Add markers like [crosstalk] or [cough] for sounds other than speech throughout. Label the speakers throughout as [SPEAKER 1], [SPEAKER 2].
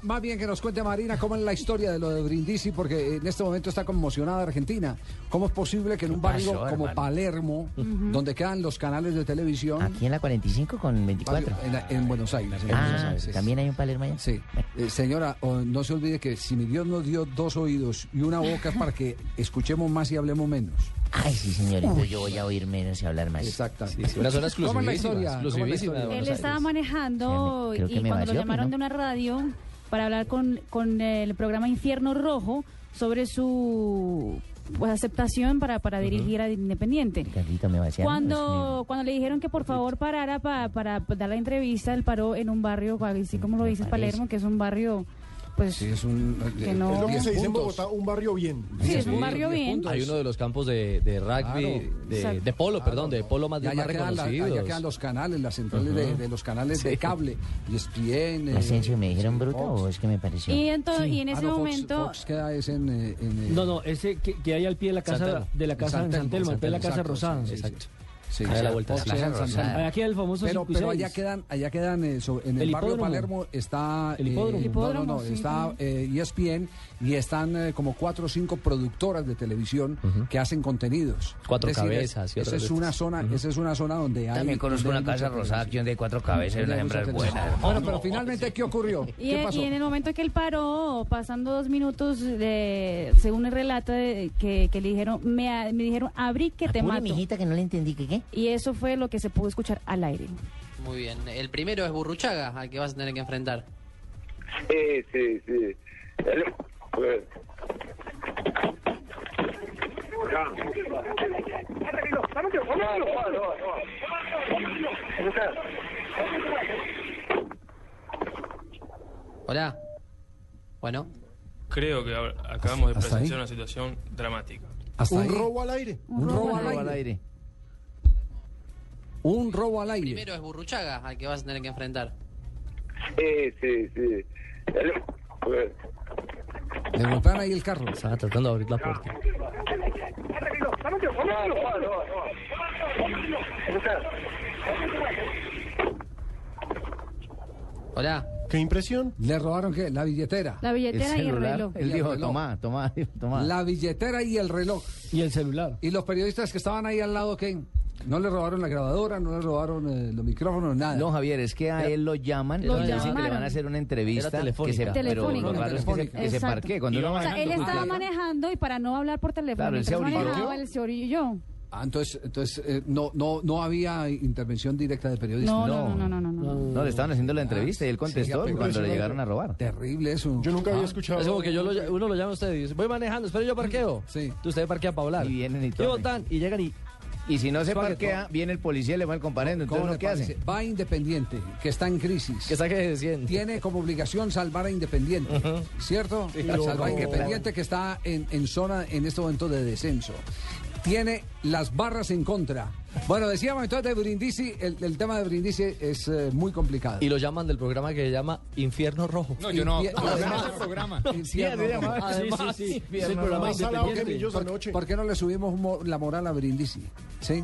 [SPEAKER 1] Más bien que nos cuente Marina cómo es la historia de lo de Brindisi, porque en este momento está conmocionada Argentina. ¿Cómo es posible que en un barrio
[SPEAKER 2] pasó,
[SPEAKER 1] como
[SPEAKER 2] hermano?
[SPEAKER 1] Palermo, donde quedan los canales de televisión,
[SPEAKER 2] Aquí en la 45 con 24.
[SPEAKER 1] en, la- en Buenos Aires? en Buenos
[SPEAKER 2] Ah,
[SPEAKER 1] Aires.
[SPEAKER 2] también hay un Palermo allá.
[SPEAKER 1] Sí, Eh, señora, oh, no se olvide que si mi Dios nos dio dos oídos y una boca es para que escuchemos más y hablemos menos.
[SPEAKER 2] Ay, sí, señor. entonces yo voy a oír menos y hablar más.
[SPEAKER 1] Exactamente.
[SPEAKER 3] Sí, sí, una zona
[SPEAKER 1] ¿Cómo es la
[SPEAKER 3] exclusivísima,
[SPEAKER 1] historia? ¿Cómo es la
[SPEAKER 3] exclusivísima de
[SPEAKER 1] historia?
[SPEAKER 3] Buenos
[SPEAKER 4] Él
[SPEAKER 3] Aires.
[SPEAKER 4] estaba manejando
[SPEAKER 2] Sí, creo que
[SPEAKER 4] y
[SPEAKER 2] me
[SPEAKER 4] cuando lo
[SPEAKER 2] valió,
[SPEAKER 4] llamaron
[SPEAKER 2] ¿no?
[SPEAKER 4] de una radio para hablar con, con el programa Infierno Rojo sobre su pues, aceptación para, para dirigir a Independiente.
[SPEAKER 2] Carlito Pues me vaciaron.
[SPEAKER 4] Cuando, cuando le dijeron que por favor parara pa- para dar la entrevista, él paró en un barrio, así como lo
[SPEAKER 2] Me
[SPEAKER 4] dices
[SPEAKER 2] parece.
[SPEAKER 4] Palermo, que es un barrio, pues
[SPEAKER 1] Sí, es un... eh,
[SPEAKER 4] Que no-
[SPEAKER 5] Es lo que
[SPEAKER 1] diez
[SPEAKER 5] se dice en
[SPEAKER 1] puntos.
[SPEAKER 5] Bogotá, un barrio bien.
[SPEAKER 4] sí, es un barrio
[SPEAKER 1] diez
[SPEAKER 4] bien.
[SPEAKER 1] puntos.
[SPEAKER 3] Hay uno de los campos de, de rugby,
[SPEAKER 1] Claro.
[SPEAKER 3] de,
[SPEAKER 4] Exacto.
[SPEAKER 3] de polo, perdón, de polo más,
[SPEAKER 1] Ya,
[SPEAKER 3] más
[SPEAKER 1] ya quedan la-
[SPEAKER 3] reconocidos.
[SPEAKER 1] allá quedan los canales, las centrales de, de los canales de cable. E Y ESPN.
[SPEAKER 2] La Asensio me dijeron bruto
[SPEAKER 1] Fox.
[SPEAKER 2] o es que me pareció.
[SPEAKER 4] Y, ento- y en
[SPEAKER 1] Ah,
[SPEAKER 4] ese
[SPEAKER 1] no, Fox-
[SPEAKER 4] momento...
[SPEAKER 1] Fox queda es en, eh, en, eh,
[SPEAKER 6] No, no, ese que, que hay al pie de la casa
[SPEAKER 3] Santelmo.
[SPEAKER 6] de la casa
[SPEAKER 1] Santelmo,
[SPEAKER 6] en San Telmo, al pie de la
[SPEAKER 1] Santelmo,
[SPEAKER 6] casa
[SPEAKER 1] exacto,
[SPEAKER 6] rosada.
[SPEAKER 1] sí, sí,
[SPEAKER 6] Exacto.
[SPEAKER 1] Sí,
[SPEAKER 3] Ahí a la vuelta de la
[SPEAKER 1] Fox queda
[SPEAKER 3] Plaza
[SPEAKER 1] en San
[SPEAKER 3] Rosada.
[SPEAKER 1] Telmo.
[SPEAKER 6] Aquí el famoso
[SPEAKER 1] Pero,
[SPEAKER 6] 5 y
[SPEAKER 1] pero
[SPEAKER 6] 6.
[SPEAKER 1] allá quedan, allá quedan eh, so- en el,
[SPEAKER 6] El
[SPEAKER 1] barrio
[SPEAKER 6] hipódromo.
[SPEAKER 1] Palermo está
[SPEAKER 6] El
[SPEAKER 1] eh,
[SPEAKER 6] hipódromo.
[SPEAKER 1] no,
[SPEAKER 4] Hipódromo,
[SPEAKER 1] no, no,
[SPEAKER 4] sí,
[SPEAKER 1] está eh, ESPN y están eh, como cuatro o cinco productoras de televisión que hacen contenidos.
[SPEAKER 3] Cuatro
[SPEAKER 1] Es decir, es-
[SPEAKER 3] cabezas y
[SPEAKER 1] esa
[SPEAKER 3] otras
[SPEAKER 1] es
[SPEAKER 3] de
[SPEAKER 1] una
[SPEAKER 3] estas.
[SPEAKER 1] zona, esa es una zona donde hay
[SPEAKER 7] También conozco
[SPEAKER 1] donde
[SPEAKER 7] una
[SPEAKER 1] hay
[SPEAKER 7] casa
[SPEAKER 1] mucha
[SPEAKER 7] rosada aquí
[SPEAKER 1] televisión.
[SPEAKER 7] donde hay cuatro cabezas y
[SPEAKER 1] Donde
[SPEAKER 7] una
[SPEAKER 1] hay
[SPEAKER 7] hembra
[SPEAKER 1] mucha
[SPEAKER 7] es
[SPEAKER 1] televisión.
[SPEAKER 7] buena.
[SPEAKER 1] Bueno, pero finalmente ¿qué ocurrió?
[SPEAKER 4] Y,
[SPEAKER 1] ¿Qué
[SPEAKER 4] e-
[SPEAKER 1] pasó?
[SPEAKER 4] y en el momento que él paró, pasando dos minutos, de, según el relato de- que, que le dijeron, me, a- me dijeron, abrí que te
[SPEAKER 2] Apure,
[SPEAKER 4] mato.
[SPEAKER 2] mijita, que no le entendí que qué.
[SPEAKER 4] Y eso fue lo que se pudo escuchar al aire.
[SPEAKER 8] Muy bien. El primero es Burruchaga, al que vas a tener que enfrentar.
[SPEAKER 9] Sí, sí, sí. El- eh. Ya. No, no, no,
[SPEAKER 8] Hola. Bueno,
[SPEAKER 10] Creo que ahora acabamos de
[SPEAKER 1] ¿Hasta
[SPEAKER 10] presenciar
[SPEAKER 1] ahí?
[SPEAKER 10] una situación dramática.
[SPEAKER 1] Hasta
[SPEAKER 5] Un
[SPEAKER 1] ahí,
[SPEAKER 5] robo al aire.
[SPEAKER 1] un robo al
[SPEAKER 7] Robo al
[SPEAKER 1] aire.
[SPEAKER 7] aire.
[SPEAKER 1] Un robo al
[SPEAKER 8] el
[SPEAKER 1] aire.
[SPEAKER 8] primero es Burruchaga, al que vas a tener que enfrentar.
[SPEAKER 9] Sí, sí, sí. El- eh.
[SPEAKER 1] Le montaron ahí el carro.
[SPEAKER 3] Estaba tratando de abrir la puerta.
[SPEAKER 9] No, no, no, no.
[SPEAKER 8] Hola.
[SPEAKER 5] ¿Qué impresión?
[SPEAKER 1] Le robaron ¿qué? la billetera.
[SPEAKER 4] La billetera y el reloj.
[SPEAKER 2] Él dijo,
[SPEAKER 1] reloj.
[SPEAKER 2] toma,
[SPEAKER 7] [laughs]
[SPEAKER 2] toma, toma.
[SPEAKER 1] La billetera y el reloj.
[SPEAKER 6] Y el celular.
[SPEAKER 1] ¿Y los periodistas que estaban ahí al lado qué? No le robaron la grabadora, no le robaron eh, los micrófonos, nada.
[SPEAKER 7] No, Javier, es que a él lo llaman,
[SPEAKER 4] Lo
[SPEAKER 7] le dicen que le
[SPEAKER 4] llamaron.
[SPEAKER 7] van a hacer una
[SPEAKER 3] Era
[SPEAKER 7] entrevista. Que se,
[SPEAKER 3] telefónica.
[SPEAKER 7] pero lo
[SPEAKER 4] Telefónica.
[SPEAKER 7] raro es que se,
[SPEAKER 1] Telefónica.
[SPEAKER 7] que se
[SPEAKER 4] Exacto.
[SPEAKER 7] parquee. Cuando uno
[SPEAKER 4] O
[SPEAKER 7] va
[SPEAKER 4] sea, él
[SPEAKER 7] manejando,
[SPEAKER 4] estaba
[SPEAKER 7] cuidado.
[SPEAKER 4] manejando y para no hablar por teléfono,
[SPEAKER 7] Claro, él se
[SPEAKER 4] mientras
[SPEAKER 7] orilló.
[SPEAKER 4] manejaba, él se orilló.
[SPEAKER 1] Ah, entonces, entonces eh, no, no, no había intervención directa de periodistas.
[SPEAKER 4] No, no, no, no, no, no. no. Ah,
[SPEAKER 7] No, le estaban haciendo la entrevista y él contestó
[SPEAKER 1] pero
[SPEAKER 7] cuando
[SPEAKER 1] eso
[SPEAKER 7] le
[SPEAKER 1] no-
[SPEAKER 7] llegaron a robar.
[SPEAKER 1] Terrible eso. Ah,
[SPEAKER 5] Yo nunca había escuchado.
[SPEAKER 3] Es como que yo lo ll- uno lo llama a usted y dice, voy manejando, espero yo parqueo.
[SPEAKER 1] Sí.
[SPEAKER 3] Entonces usted parquea para hablar.
[SPEAKER 7] Y vienen y
[SPEAKER 3] todo.
[SPEAKER 7] todo.
[SPEAKER 3] Y votan, y llegan y...
[SPEAKER 7] Y si no se
[SPEAKER 3] Suave,
[SPEAKER 7] parquea, viene el policía y le va el comparendo.
[SPEAKER 1] ¿Cómo
[SPEAKER 7] Entonces, ¿no
[SPEAKER 1] le
[SPEAKER 7] qué
[SPEAKER 1] parece?
[SPEAKER 7] hace?
[SPEAKER 1] Va Independiente, que está en crisis.
[SPEAKER 3] Que saque de 100.
[SPEAKER 1] Tiene como obligación salvar a Independiente, ¿cierto? salvar a Independiente que está en, en zona en este momento de descenso. Tiene las barras en contra. Bueno, decíamos entonces de Brindisi, el, el tema de Brindisi es eh, muy complicado.
[SPEAKER 3] Y lo llaman del programa que se llama Infierno Rojo.
[SPEAKER 1] No, yo no. [laughs] programa.
[SPEAKER 3] Además,
[SPEAKER 6] sí, sí, sí. Es el
[SPEAKER 3] Infierno
[SPEAKER 6] programa
[SPEAKER 3] Rojo.
[SPEAKER 5] Más salado que
[SPEAKER 6] independiente.
[SPEAKER 5] millos
[SPEAKER 1] ¿Por,
[SPEAKER 5] anoche.
[SPEAKER 1] por qué no le subimos mo- la moral a Brindisi? ¿Sí?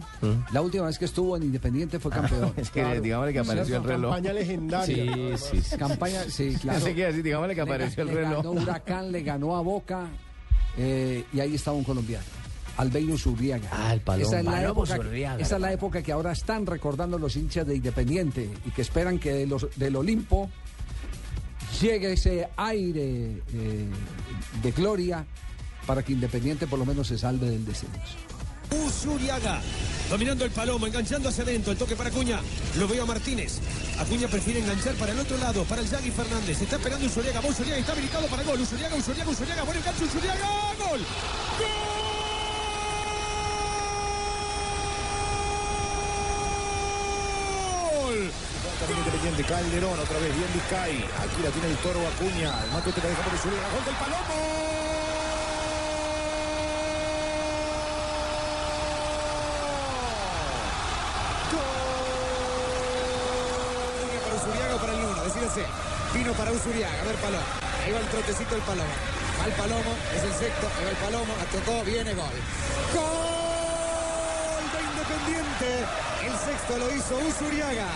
[SPEAKER 1] La última vez que estuvo en Independiente fue campeón.
[SPEAKER 7] Mm. [laughs] Es que digámosle que apareció el reloj.
[SPEAKER 5] Campaña legendaria.
[SPEAKER 3] Sí, sí, sí.
[SPEAKER 1] Campaña,
[SPEAKER 7] [laughs]
[SPEAKER 1] sí, claro.
[SPEAKER 7] Así que así, digámosle que
[SPEAKER 1] Le ga-
[SPEAKER 7] apareció el
[SPEAKER 1] le ganó
[SPEAKER 7] reloj.
[SPEAKER 1] Huracán, le ganó a Boca eh, y ahí estaba un colombiano. Albeino Zurriaga.
[SPEAKER 3] Ah, el Palomo.
[SPEAKER 1] Esa es, la
[SPEAKER 7] Palomo
[SPEAKER 1] época, que-
[SPEAKER 7] Zurriaga,
[SPEAKER 1] esa es la época que ahora están recordando los hinchas de Independiente y que esperan que de los, del Olimpo llegue ese aire eh, de gloria para que Independiente por lo menos se salve del descenso.
[SPEAKER 11] Usuriaga, dominando el palomo, enganchando hacia adentro, el toque para Acuña, lo veo a Martínez, Acuña prefiere enganchar para el otro lado, para el Yagui Fernández, está esperando Usuriaga, va Usuriaga, está habilitado para gol, Usuriaga, Usuriaga, Usuriaga, bueno enganche Usuriaga, gol, gol,
[SPEAKER 12] También Independiente, Calderón otra vez, bien Vizcay. Aquí la tiene el toro Acuña. El mate te la deja por su lado. Gol del Palomo.
[SPEAKER 11] Acuña para Usuriaga o para el Nuno, decídese, vino para Usuriaga, a ver Palomo, ahí va el trotecito del Palomo, al Palomo, es el sexto, ahí va el Palomo, la tocó, viene gol, gol de Independiente, el sexto lo hizo Usuriaga.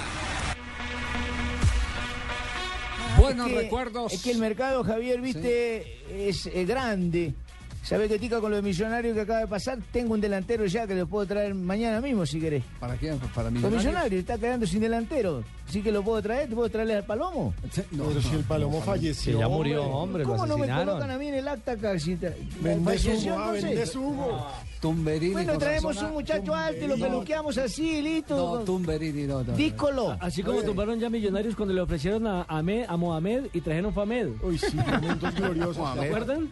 [SPEAKER 1] Buenos
[SPEAKER 7] es que-
[SPEAKER 1] recuerdos.
[SPEAKER 7] Es que el mercado, Javier, viste, es eh, grande. ¿Sabes que tica con los millonarios que acaba de pasar? Tengo un delantero ya que lo puedo traer mañana mismo si querés.
[SPEAKER 1] ¿Para quién? ¿Para
[SPEAKER 7] Los
[SPEAKER 1] millonarios?
[SPEAKER 7] millonarios está quedando sin delantero. Así que lo puedo traer, te puedo traerle al Palomo.
[SPEAKER 5] Pero si el Palomo falleció.
[SPEAKER 3] Que ya murió, hombre, lo
[SPEAKER 7] ¿Cómo no me colocan
[SPEAKER 3] asesinaron.
[SPEAKER 7] a mí en el acta acá? Si tra-
[SPEAKER 5] Vendés
[SPEAKER 7] falleció,
[SPEAKER 5] humo, ah,
[SPEAKER 7] entonces.
[SPEAKER 5] vendés humo.
[SPEAKER 1] Ah. Tumberini.
[SPEAKER 7] Bueno,
[SPEAKER 1] con
[SPEAKER 7] traemos
[SPEAKER 1] Sazona.
[SPEAKER 7] un muchacho alto y lo
[SPEAKER 1] No,
[SPEAKER 7] peluqueamos así,
[SPEAKER 1] No,
[SPEAKER 7] listo.
[SPEAKER 1] Tumberini, no, no, no.
[SPEAKER 7] Dícolo.
[SPEAKER 6] Así como tumbaron ya millonarios cuando le ofrecieron a, Ahmed- a Mohamed y trajeron Famed.
[SPEAKER 5] Uy, sí, momentos gloriosos.
[SPEAKER 6] ¿Se acuerdan?